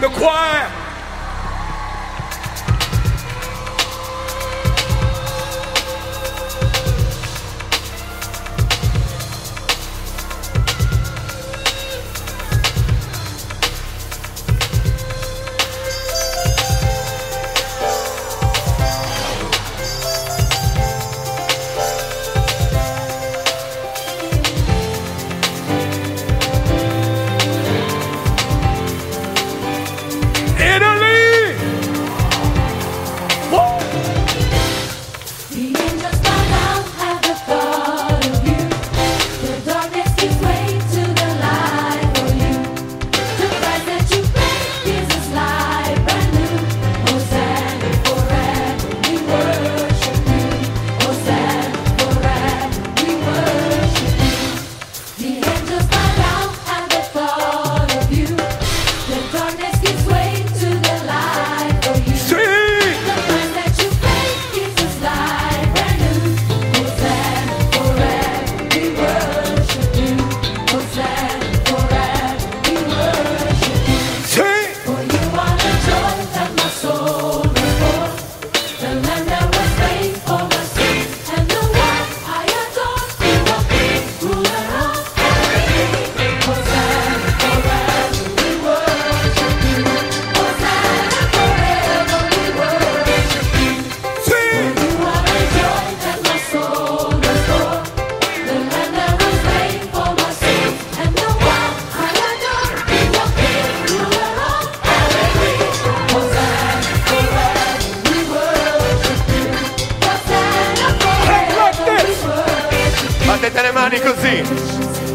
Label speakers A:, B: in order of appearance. A: the choir. Italy. Woo!
B: The angels by now have the thought of you. The darkness gives way to the light for you. The price that you pay gives us life brand new. Hosanna forever, we worship you. Hosanna forever, we worship you. The angels by now have the thought of you. The darkness gives way to the light for you.
A: Sing.
B: The price that you pay gives us life brand new. Hosanna forever, we worship you. Hosanna forever, we worship you.
A: Sing.
B: For you are the joy that my soul before. The land that was made for my sin and the one I adore. You are king, ruler of everything. Hosanna forever, we worship you. Hosanna forever, we worship you.
A: Sing.
B: You are the joy that my soul adore. The land that was made for my sin and the one I adore. You are king, ruler of everything. Hosanna forever, we worship you. Hosanna
A: Hey, like
B: forever, we
A: this.
B: worship you.
C: Battete le mani così.